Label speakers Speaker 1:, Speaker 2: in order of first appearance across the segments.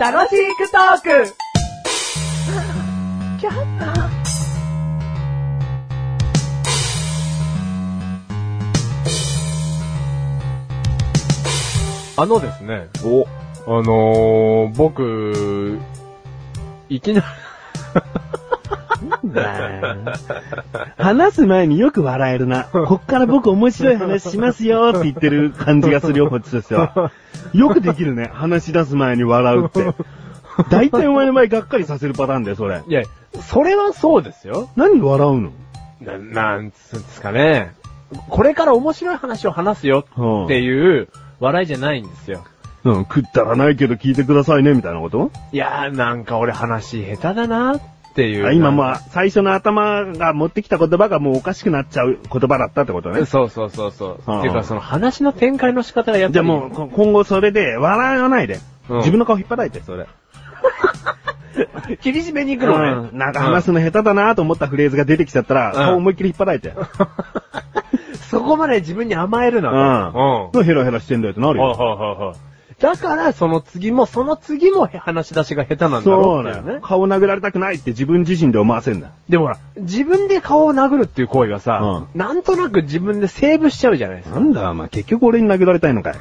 Speaker 1: 楽しくトーク
Speaker 2: あのですね、
Speaker 3: お、
Speaker 2: あのー、僕、いきな
Speaker 3: なんだよ話す前によく笑える な。こっから僕面白い話しますよって言ってる感じがするよ、こっちとしては。よくできるね。話し出す前に笑うって。大体お前の前がっかりさせるパターンだよ、それ。
Speaker 2: り、いや、それはそうですよ。
Speaker 3: 何笑うの
Speaker 2: な、なんつうんですかね。これから面白い話を話すよ
Speaker 3: うん
Speaker 2: っていう笑いじゃないんですよ。
Speaker 3: うん、くったらないけど聞いてくださいね、みたいなこと
Speaker 2: いやー、なんか俺話下手だなっていう。
Speaker 3: あ今
Speaker 2: も
Speaker 3: まあ、最初の頭が持ってきた言葉がもうおかしくなっちゃう言葉だったってことね。
Speaker 2: そうそうそうそう。
Speaker 3: うん
Speaker 2: っていうか、その話の展開の仕方がやっぱり
Speaker 3: じゃあもう、こ今後それで笑わないで。
Speaker 2: うん
Speaker 3: 自分の顔引っ張られて、それ。
Speaker 2: 厳しめに行くのね。
Speaker 3: うんなんか話すの下手だなと思ったフレーズが出てきちゃったら、
Speaker 2: ん
Speaker 3: 顔思いっきり引っ張られて。
Speaker 2: そこまで自分に甘えるな。
Speaker 3: うん。
Speaker 2: うん。
Speaker 3: ヘラヘラしてんだよってなる
Speaker 2: ほう
Speaker 3: よ。
Speaker 2: ほうほうほうだから、その次も、その次も話し出しが下手なんだ
Speaker 3: そ
Speaker 2: ろう
Speaker 3: う
Speaker 2: ってい
Speaker 3: だ
Speaker 2: うね
Speaker 3: よ。。顔殴られたくないって自分自身で思わせんだ。
Speaker 2: でもほら、自分で顔を殴るっていう行為がさ、なんとなく自分でセーブしちゃうじゃないですか。
Speaker 3: なんだ、まあ結局俺に殴られたいのかよ。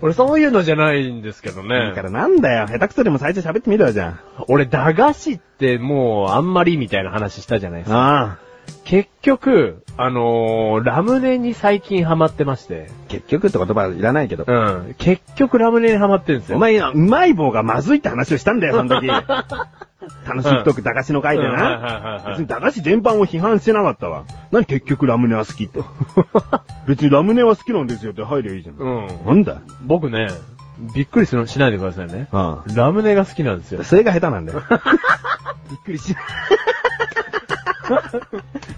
Speaker 2: 俺そういうのじゃないんですけどね
Speaker 3: だからなんだよ、下手くそでも最初喋ってみろよ、じゃ
Speaker 2: 俺、駄菓子ってもうあんまりみたいな話したじゃないですか。
Speaker 3: あ。ああ。
Speaker 2: 結局、あのーラムネに最近ハマってまして。
Speaker 3: 結局って言葉いらないけど。
Speaker 2: うん。結局ラムネにハマってるんですよ。
Speaker 3: お前、うまい棒がまずいって話をした んだよ、その時。楽しいとく駄菓子の会で
Speaker 2: うんはいはいはいは
Speaker 3: な。
Speaker 2: い
Speaker 3: 別に駄菓子全般を批判してなかったわ。何結局ラムネは好 きって。別にラムネは好きなんですよって入りゃいいじゃん。
Speaker 2: うん
Speaker 3: なんだ
Speaker 2: 僕ね、びっくりするしないでくださいね。
Speaker 3: あ
Speaker 2: ラムネが好きなんですよ
Speaker 3: あ。。それが下手なん だよ。びっくりし。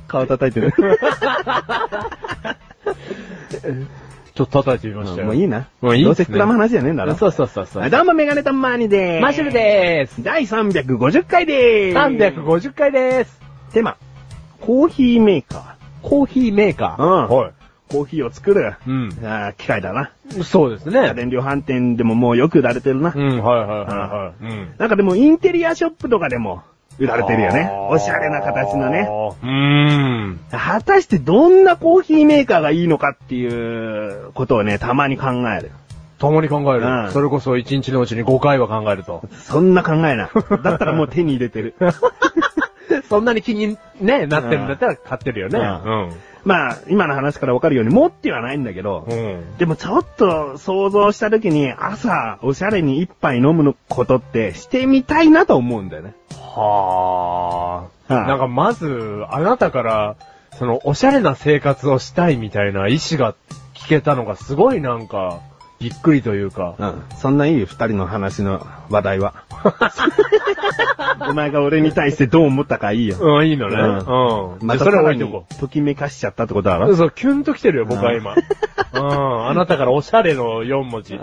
Speaker 3: 顔叩いてる。
Speaker 2: ちょっと叩いてみましたよ。
Speaker 3: もういいな。
Speaker 2: もういい
Speaker 3: ど
Speaker 2: っ
Speaker 3: う
Speaker 2: す
Speaker 3: せ
Speaker 2: ね
Speaker 3: 膨らむ話じゃねえんだろ。
Speaker 2: そうそうそうそう。
Speaker 3: どうもメガネたまーにでーす。
Speaker 2: マッシュルでーす。
Speaker 3: 第350回でーす。
Speaker 2: 350回でーす。
Speaker 3: テーマ。コーヒーメーカー。
Speaker 2: コーヒーメーカー。
Speaker 3: うん
Speaker 2: は
Speaker 3: コーヒーを作る、
Speaker 2: うん
Speaker 3: あー機械だな。
Speaker 2: い。そうです
Speaker 3: 家
Speaker 2: ね。
Speaker 3: 電量販店でももうよく売られてるな。
Speaker 2: うん、はいはいはいはい。うん。
Speaker 3: なんかでもインテリアショップとかでも売られてるよね。おしゃれな形のね。
Speaker 2: うーん。
Speaker 3: 果たしてどんなコーヒーメーカーがいいのかっていうことをね、たまに考える。
Speaker 2: 共に考える。
Speaker 3: うん
Speaker 2: それこそ1日のうちに5回は考える と。
Speaker 3: そんな考えない。だったらもう手に入れ てる。
Speaker 2: そんなに気に、ね、な
Speaker 3: ってるんだった
Speaker 2: ら買ってるよ
Speaker 3: ねまあ、今の話からわかるように、持ってはないんだけど、
Speaker 2: うん。うん。
Speaker 3: でもちょっと想像した時に朝おしゃれに一杯飲むのことってしてみたいなと思うんだよね。
Speaker 2: はあ。
Speaker 3: はい
Speaker 2: なんかまず、あなたから、その、おしゃれな生活をしたいみたいな意思が聞けたのがすごいなんか、びっくりというか。
Speaker 3: うん。そんないい二人の話の話題は。お前が俺に対してどう思ったかいいよ。
Speaker 2: うん、いいのね。
Speaker 3: うん
Speaker 2: うん。
Speaker 3: ま
Speaker 2: で
Speaker 3: た
Speaker 2: そ
Speaker 3: さ
Speaker 2: れは
Speaker 3: ら
Speaker 2: 置いてお
Speaker 3: に
Speaker 2: こ、
Speaker 3: ときめかしちゃったってことだ
Speaker 2: う。
Speaker 3: ろ
Speaker 2: そう、キュンと来てるよ、僕は 今。うん。あなたからおしゃれの4文字。うん。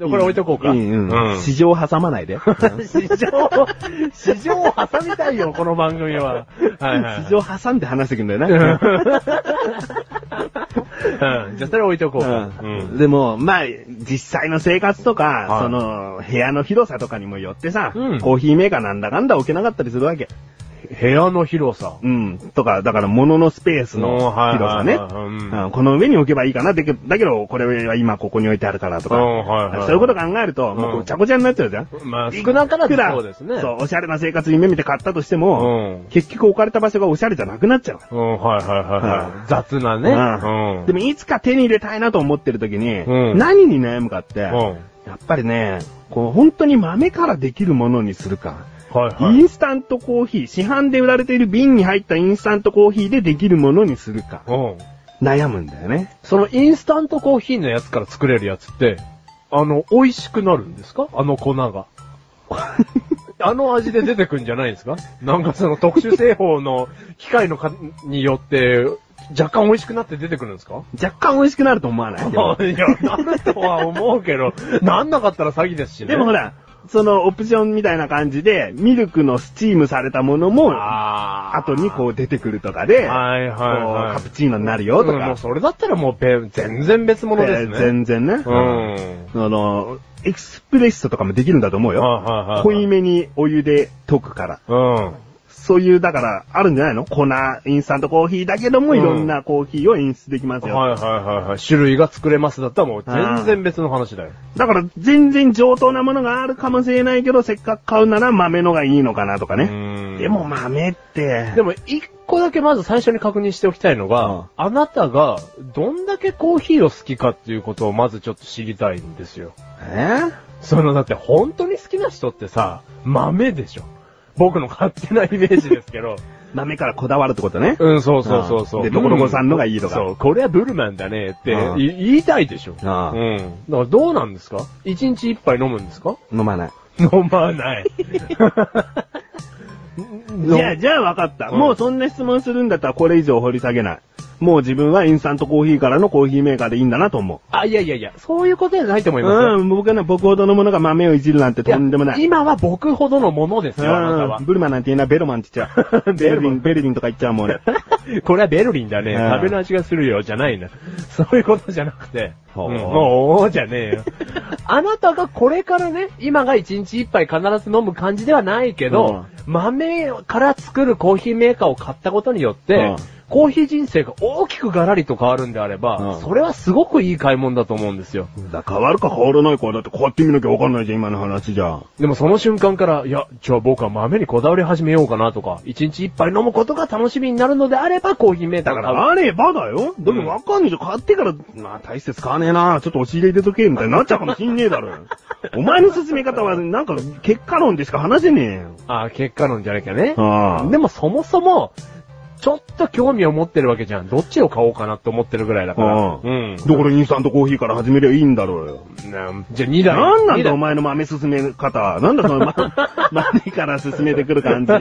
Speaker 2: でこれ置いとこうか。
Speaker 3: いいうん。
Speaker 2: 市
Speaker 3: 市場挟まないで。
Speaker 2: 場、市場を挟みたいよ、この番組 は。はいはい。
Speaker 3: 市場挟んで話してくんだよな。
Speaker 2: うん。じゃあそれ置いとこうか。
Speaker 3: うんでも、まあ、実際の生活とか、
Speaker 2: い
Speaker 3: その、部屋の広さとかにもよってさ、
Speaker 2: うん
Speaker 3: コーヒーメーカーなんだかんだ置けなかったりするわけ。
Speaker 2: 部屋の広さ。
Speaker 3: うん。とか、だから物のスペースの
Speaker 2: おーはい
Speaker 3: 広さね。
Speaker 2: はいはいうん
Speaker 3: うんこの上に置けばいいかな。だけど、だけどこれは今ここに置いてあるからとか。
Speaker 2: うんはいはいはい
Speaker 3: そういうこと考えると、もう
Speaker 2: う
Speaker 3: こ
Speaker 2: ん
Speaker 3: うちゃこちゃになっちゃうじゃん。
Speaker 2: まあ、少なからず
Speaker 3: いく
Speaker 2: そうですね。
Speaker 3: そう、おしゃれな生活に目見て買ったとしても、
Speaker 2: うん
Speaker 3: 結局置かれた場所がおしゃれじゃなくなっちゃう。
Speaker 2: うん、はいはいはいはい。雑なね。
Speaker 3: うんでもいつか手に入れたいなと思ってる時に、
Speaker 2: うん
Speaker 3: 何に悩むかって、
Speaker 2: うん。
Speaker 3: やっぱりね、こう本当に豆からできるものにするか。
Speaker 2: はいはい。
Speaker 3: インスタントコーヒー、市販で売られている瓶に入ったインスタントコーヒーでできるものにするか。
Speaker 2: うん。
Speaker 3: 悩むんだよね。
Speaker 2: そのインスタントコーヒーのやつから作れるやつって、あの、美味しくなるんですかあの粉 が。あの味で出てくんじゃないですかなんかその特殊製法の機械のかによって、若干美味しくなって出てくるんですか
Speaker 3: 若干美味 しくなると思わない
Speaker 2: いや、なるとは思うけど、なんなかったら詐欺ですしね。
Speaker 3: でもほら、そのオプションみたいな感じで、ミルクのスチームされたものも、
Speaker 2: あ
Speaker 3: 後にこう出てくるとかで、
Speaker 2: はいはいはい
Speaker 3: こうカプチーノになるよと
Speaker 2: うんも
Speaker 3: か
Speaker 2: う、それだったらもうべ全然別物ですね。
Speaker 3: 全然ね、
Speaker 2: うん。はい
Speaker 3: あの、エクスプレッソとかもできるんだと思うよ。
Speaker 2: はいはい。
Speaker 3: 濃い。めにお湯で溶くから。
Speaker 2: うん。
Speaker 3: そういう、だから、あるんじゃないの粉、インスタントコーヒーだけども、
Speaker 2: うん
Speaker 3: いろんなコーヒーを演出できますよ。
Speaker 2: はいはいはいはい。種類が作れますだったらもう全然別の話だよ。
Speaker 3: だから、全然上等なものがあるかもしれないけど、せっかく買うなら豆のがいいのかなとかね。
Speaker 2: ね
Speaker 3: でも、豆って、
Speaker 2: でも一個だけまず最初に確認しておきたいのが、
Speaker 3: うん
Speaker 2: あなたがどんだけコーヒーを好きかっていうことをまずちょっと知りたいんですよ。
Speaker 3: え
Speaker 2: そのだって本当に好きな人ってさ、豆でしょ。僕の勝手なイメージですけど。
Speaker 3: 豆からこだわるってことね。
Speaker 2: うん、そうそうそうそう。
Speaker 3: ああでどこどこさんのがいいとか
Speaker 2: そう、これはブルマンだねって
Speaker 3: ああ
Speaker 2: い言いたいでしょ。
Speaker 3: ああ
Speaker 2: うん。だからどうなんですか一日一杯飲むんですか
Speaker 3: 飲まない。
Speaker 2: 飲まない。
Speaker 3: じゃあ、じゃあ分かった。
Speaker 2: うん
Speaker 3: もうそんな質問するんだったらこれ以上掘り下げない。もう自分はインスタントコーヒーからのコーヒーメーカーでいいんだなと思
Speaker 2: あ、いやいやいや、そういうことじゃないと思
Speaker 3: う。
Speaker 2: いますよ。
Speaker 3: うん、僕はね、僕ほどのものが豆をいじるなんてとんでもない。
Speaker 2: や今は僕ほどのものですよ、あなた
Speaker 3: うん、ブルマなんて言うのはベロマンって言っちゃう。ベ
Speaker 2: ベ
Speaker 3: ル
Speaker 2: ル
Speaker 3: リ
Speaker 2: マ
Speaker 3: ン、ベルリンとか言っちゃうもん俺。
Speaker 2: は。 これはベルリンだね。
Speaker 3: うん
Speaker 2: 食べの 味がするよ、じゃないな。そういうことじゃなくて。
Speaker 3: ほう
Speaker 2: うんおー、じゃねえよ。 あなたがこれからね、今が一日一杯必ず飲む感じではないけど、豆から作るコーヒーメーカーを買ったことによって、
Speaker 3: うん
Speaker 2: コーヒー人生が大きくガラリと変わるんであれば、
Speaker 3: うん
Speaker 2: それはすごくいい買い物だと思うんですよ。
Speaker 3: だ変わるか変わらないかだって変わってみなきゃ分かんないじゃん、今の話じゃ。
Speaker 2: でもその瞬間から、いや、じゃあ僕は豆にこだわり始めようかなとか、一日一杯飲むことが楽しみになるのであれば、コーヒーメータ
Speaker 3: だ
Speaker 2: ー
Speaker 3: か
Speaker 2: が
Speaker 3: ら、
Speaker 2: 買う。
Speaker 3: あればだよ。だって分かんないじゃん。買ってから、まあ大して使わねえな。ちょっと押し入れ入れとけ、みたいになっちゃうかもしんねえだろ。お前の進め方は、なんか、結果論でしか話せねえよ。
Speaker 2: ああ、結果論じゃなきゃね。
Speaker 3: ああ
Speaker 2: でもそもそも、ちょっと興味を持ってるわけじゃん。どっちを買おうかなって思ってるぐらいだから。
Speaker 3: う
Speaker 2: う
Speaker 3: ん
Speaker 2: ん。
Speaker 3: だからインスタントコーヒーから始めりゃいいんだろうよ。
Speaker 2: なんじゃあ2台。
Speaker 3: なんなん
Speaker 2: 二
Speaker 3: だ
Speaker 2: 台
Speaker 3: お前の豆進め方。なんだその、ま、豆から進めてくる感じ。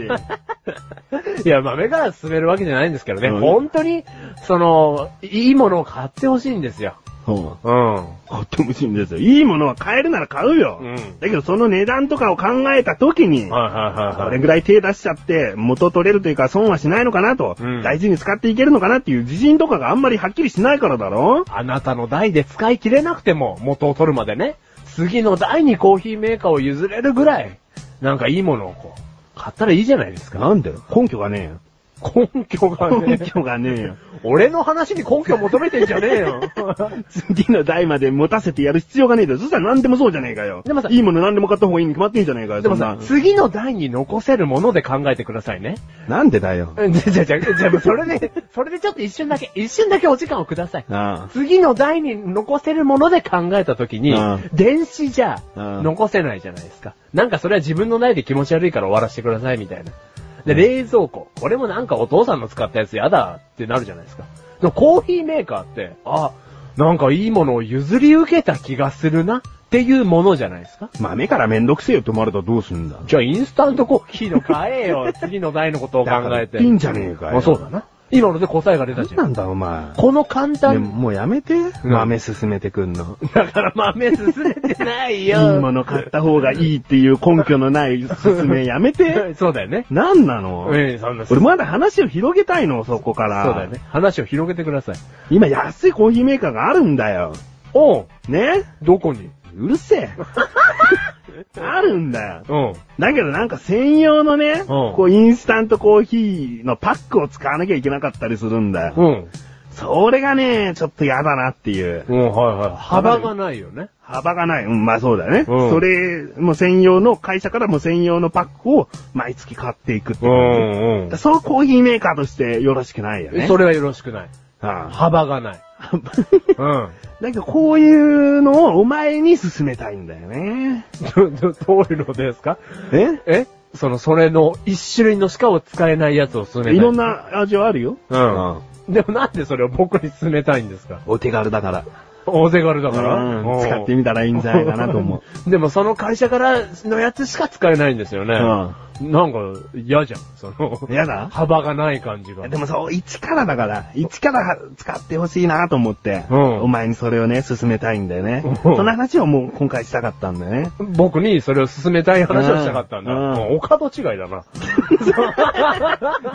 Speaker 2: いや、豆から進めるわけじゃないんですけどね。
Speaker 3: うん
Speaker 2: 本当に、その、いいものを買ってほしいんですよ。
Speaker 3: うん。
Speaker 2: うん。
Speaker 3: 買ってほしいんですよ。いいものは買えるなら買うよ。
Speaker 2: うん
Speaker 3: だけどその値段とかを考えた時に、
Speaker 2: はいはい
Speaker 3: こ
Speaker 2: はいは
Speaker 3: れ
Speaker 2: い。
Speaker 3: ぐらい手出しちゃって、元取れるというか損はしないのかなと、
Speaker 2: うん
Speaker 3: 大事に使っていけるのかなっていう自信とかがあんまりはっきりしないからだろ
Speaker 2: あなたの代で使い切れなくても、元を取るまでね。次の代にコーヒーメーカーを譲れるぐらい、なんかいいものをこう、買ったらいいじゃないですか。
Speaker 3: んだよ。根拠がね
Speaker 2: 根拠
Speaker 3: え
Speaker 2: が
Speaker 3: よ。根
Speaker 2: ね。
Speaker 3: 拠がねえよ。
Speaker 2: 俺の話に根拠求めてんじゃねえよ。
Speaker 3: 次の代まで持たせてやる必要がねえだろ。そしたら何でもそうじゃねえかよ。
Speaker 2: でもさ
Speaker 3: いいもの何でも買った方がいいに決まってんじゃねえかよ。
Speaker 2: でも
Speaker 3: そんな
Speaker 2: さ、次の代に残せるもので考えてくださいね。
Speaker 3: なんでだよ。
Speaker 2: うんじゃ、じゃ、じゃ、じゃ、それで、 それでちょっと一瞬だけ、一瞬だけお時間をください。
Speaker 3: あ
Speaker 2: 次の代に残せるもので考えたときに
Speaker 3: うん、
Speaker 2: 電子じゃ
Speaker 3: うん
Speaker 2: 残せないじゃないですか。なんかそれは自分の代で気持ち悪いから終わらせてくださいみたいな。で、冷蔵庫。これもなんかお父さんの使ったやつやだってなるじゃないですか。でもコーヒーメーカーって、あ、なんかいいものを譲り受けた気がするなっていうものじゃないですか。
Speaker 3: あ。豆からめんどくせえよって思われたらどうすんだ
Speaker 2: じゃあインスタントコーヒーの買え よ。次の代のことを考えて。
Speaker 3: いいんじゃねえかよ。
Speaker 2: あそうだな。今ので答えが出た
Speaker 3: 何
Speaker 2: じゃ。
Speaker 3: なんんだお前。
Speaker 2: この簡単
Speaker 3: ねもうやめて。
Speaker 2: うん
Speaker 3: 豆進めてくんの。
Speaker 2: だから豆進めてない
Speaker 3: いい
Speaker 2: よ。
Speaker 3: もの買った方がいいっていう根拠のない進めやめて。
Speaker 2: そうだよね。
Speaker 3: 何なの
Speaker 2: ええ、そんな。
Speaker 3: 俺まだ話を広げたいの、そこから。
Speaker 2: そうだよね。。話を広げてください。
Speaker 3: 今安いコーヒーメーカーがあるんだよ。
Speaker 2: おう
Speaker 3: ね
Speaker 2: どこに
Speaker 3: うるせ え。あるんだよ。
Speaker 2: うん。
Speaker 3: だけどなんか専用のね、こうインスタントコーヒーのパックを使わなきゃいけなかったりするんだよ。
Speaker 2: うん。
Speaker 3: それがね、ちょっと嫌だなっていう。
Speaker 2: うん、はいはい。幅がないよね。
Speaker 3: 幅がない。うん、まあそうだよね。
Speaker 2: うん
Speaker 3: それ、もう専用の、会社からも専用のパックを毎月買っていくっていう
Speaker 2: う
Speaker 3: 感じ。そうコーヒーメーカーとしてよろしくないよね。
Speaker 2: それはよろしくない。
Speaker 3: ああ
Speaker 2: 幅がない。うん。
Speaker 3: なんかこういうのをお前に勧めたいんだよね。
Speaker 2: ど、ど、どういうのですか
Speaker 3: え
Speaker 2: えその、それの一種類のしかを使えないやつを進めたい。
Speaker 3: いろん。な味はあるよ。
Speaker 2: うん。でもなんでそれを僕に進めたいんですか
Speaker 3: お手軽だから。
Speaker 2: 大手軽だから。
Speaker 3: うん 使ってみたらいいんじゃないかなと思う。
Speaker 2: う。でもその会社からのやつしか使えないんですよね。
Speaker 3: うん
Speaker 2: なんか、嫌じゃん。その、
Speaker 3: 嫌だ
Speaker 2: 幅がない感じが。
Speaker 3: でもそう、一からだから、一から使ってほしいなと思って、
Speaker 2: うん
Speaker 3: お前にそれをね、進めたいんだよね
Speaker 2: うん。
Speaker 3: その話をもう今回したかったんだよね。
Speaker 2: 僕にそれを進めたい話をしたかったんだ。
Speaker 3: うん
Speaker 2: もうお門違いだな。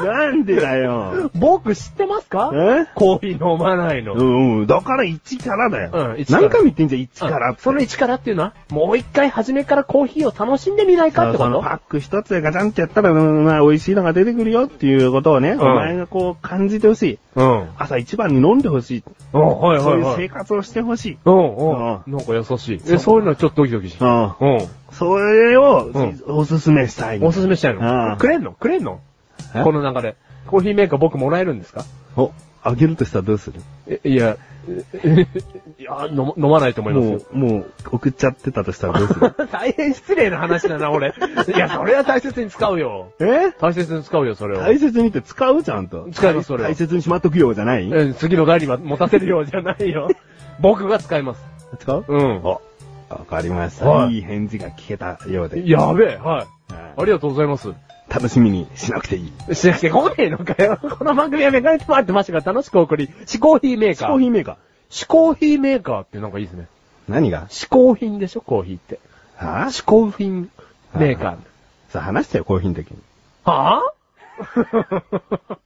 Speaker 3: なんでだよ。
Speaker 2: 僕知ってますか
Speaker 3: え
Speaker 2: コーヒー飲まないの。
Speaker 3: うん、うんだから一からだよ。
Speaker 2: うん一から
Speaker 3: 何回も言ってんじゃん、一からって。
Speaker 2: その一からっていうのは、もう一回初めからコーヒーを楽しんでみないかってこ
Speaker 3: その
Speaker 2: と
Speaker 3: パック一つでガチャンってやったら、うんまあ、美味しいのが出てくるよっていうことをね、
Speaker 2: ん
Speaker 3: お前がこう感じてほしい。
Speaker 2: うん。うん、
Speaker 3: 朝一番に飲んでほしい。
Speaker 2: はい
Speaker 3: そ
Speaker 2: は
Speaker 3: う
Speaker 2: い
Speaker 3: いう
Speaker 2: は
Speaker 3: 生
Speaker 2: い。
Speaker 3: 活をしてほしい。
Speaker 2: うん
Speaker 3: うん
Speaker 2: うん。なんか優しい。え、そういうのちょっとドキドキし
Speaker 3: う
Speaker 2: て。
Speaker 3: ん。
Speaker 2: う
Speaker 3: それを
Speaker 2: うん、
Speaker 3: おすすめしたい。
Speaker 2: ん。おすすめしたい
Speaker 3: うん
Speaker 2: の。くれんのくれんの
Speaker 3: え
Speaker 2: この流れ。コーヒーメーカー僕もらえるんですか
Speaker 3: お、あげるとしたらどうする
Speaker 2: えいや、え いや飲ま飲まないと思います
Speaker 3: も
Speaker 2: よ。
Speaker 3: う、もう、送っちゃってたとしたらどうする
Speaker 2: 大変失礼な話だな、俺。いや、それは大切に使うよ。
Speaker 3: え
Speaker 2: 大切に使うよ、それを。
Speaker 3: 大切にって使うちゃんと。
Speaker 2: 使いますそれは
Speaker 3: 大切にしまっとくようじゃない
Speaker 2: うん次の代には持たせるようじゃない よ。僕が使います。
Speaker 3: 使う
Speaker 2: うん。
Speaker 3: お、わかりまし
Speaker 2: は
Speaker 3: た。
Speaker 2: い
Speaker 3: いい返事が聞けたようで。
Speaker 2: やべえ、はい。
Speaker 3: うん
Speaker 2: ありがとうございます。
Speaker 3: 楽しみにしなくていい。
Speaker 2: しなくてこねえのかよ。この番組はめがれてもらってましたが、楽しくお送り、嗜好品メーカー。
Speaker 3: コーヒーメーカー。
Speaker 2: 嗜好品メーカーってなんかいいですね。
Speaker 3: 何が
Speaker 2: 嗜好品でしょ、コーヒーって。
Speaker 3: は
Speaker 2: 嗜好品メーカー。
Speaker 3: さあ話したよ、コーヒーの時に。
Speaker 2: はぁ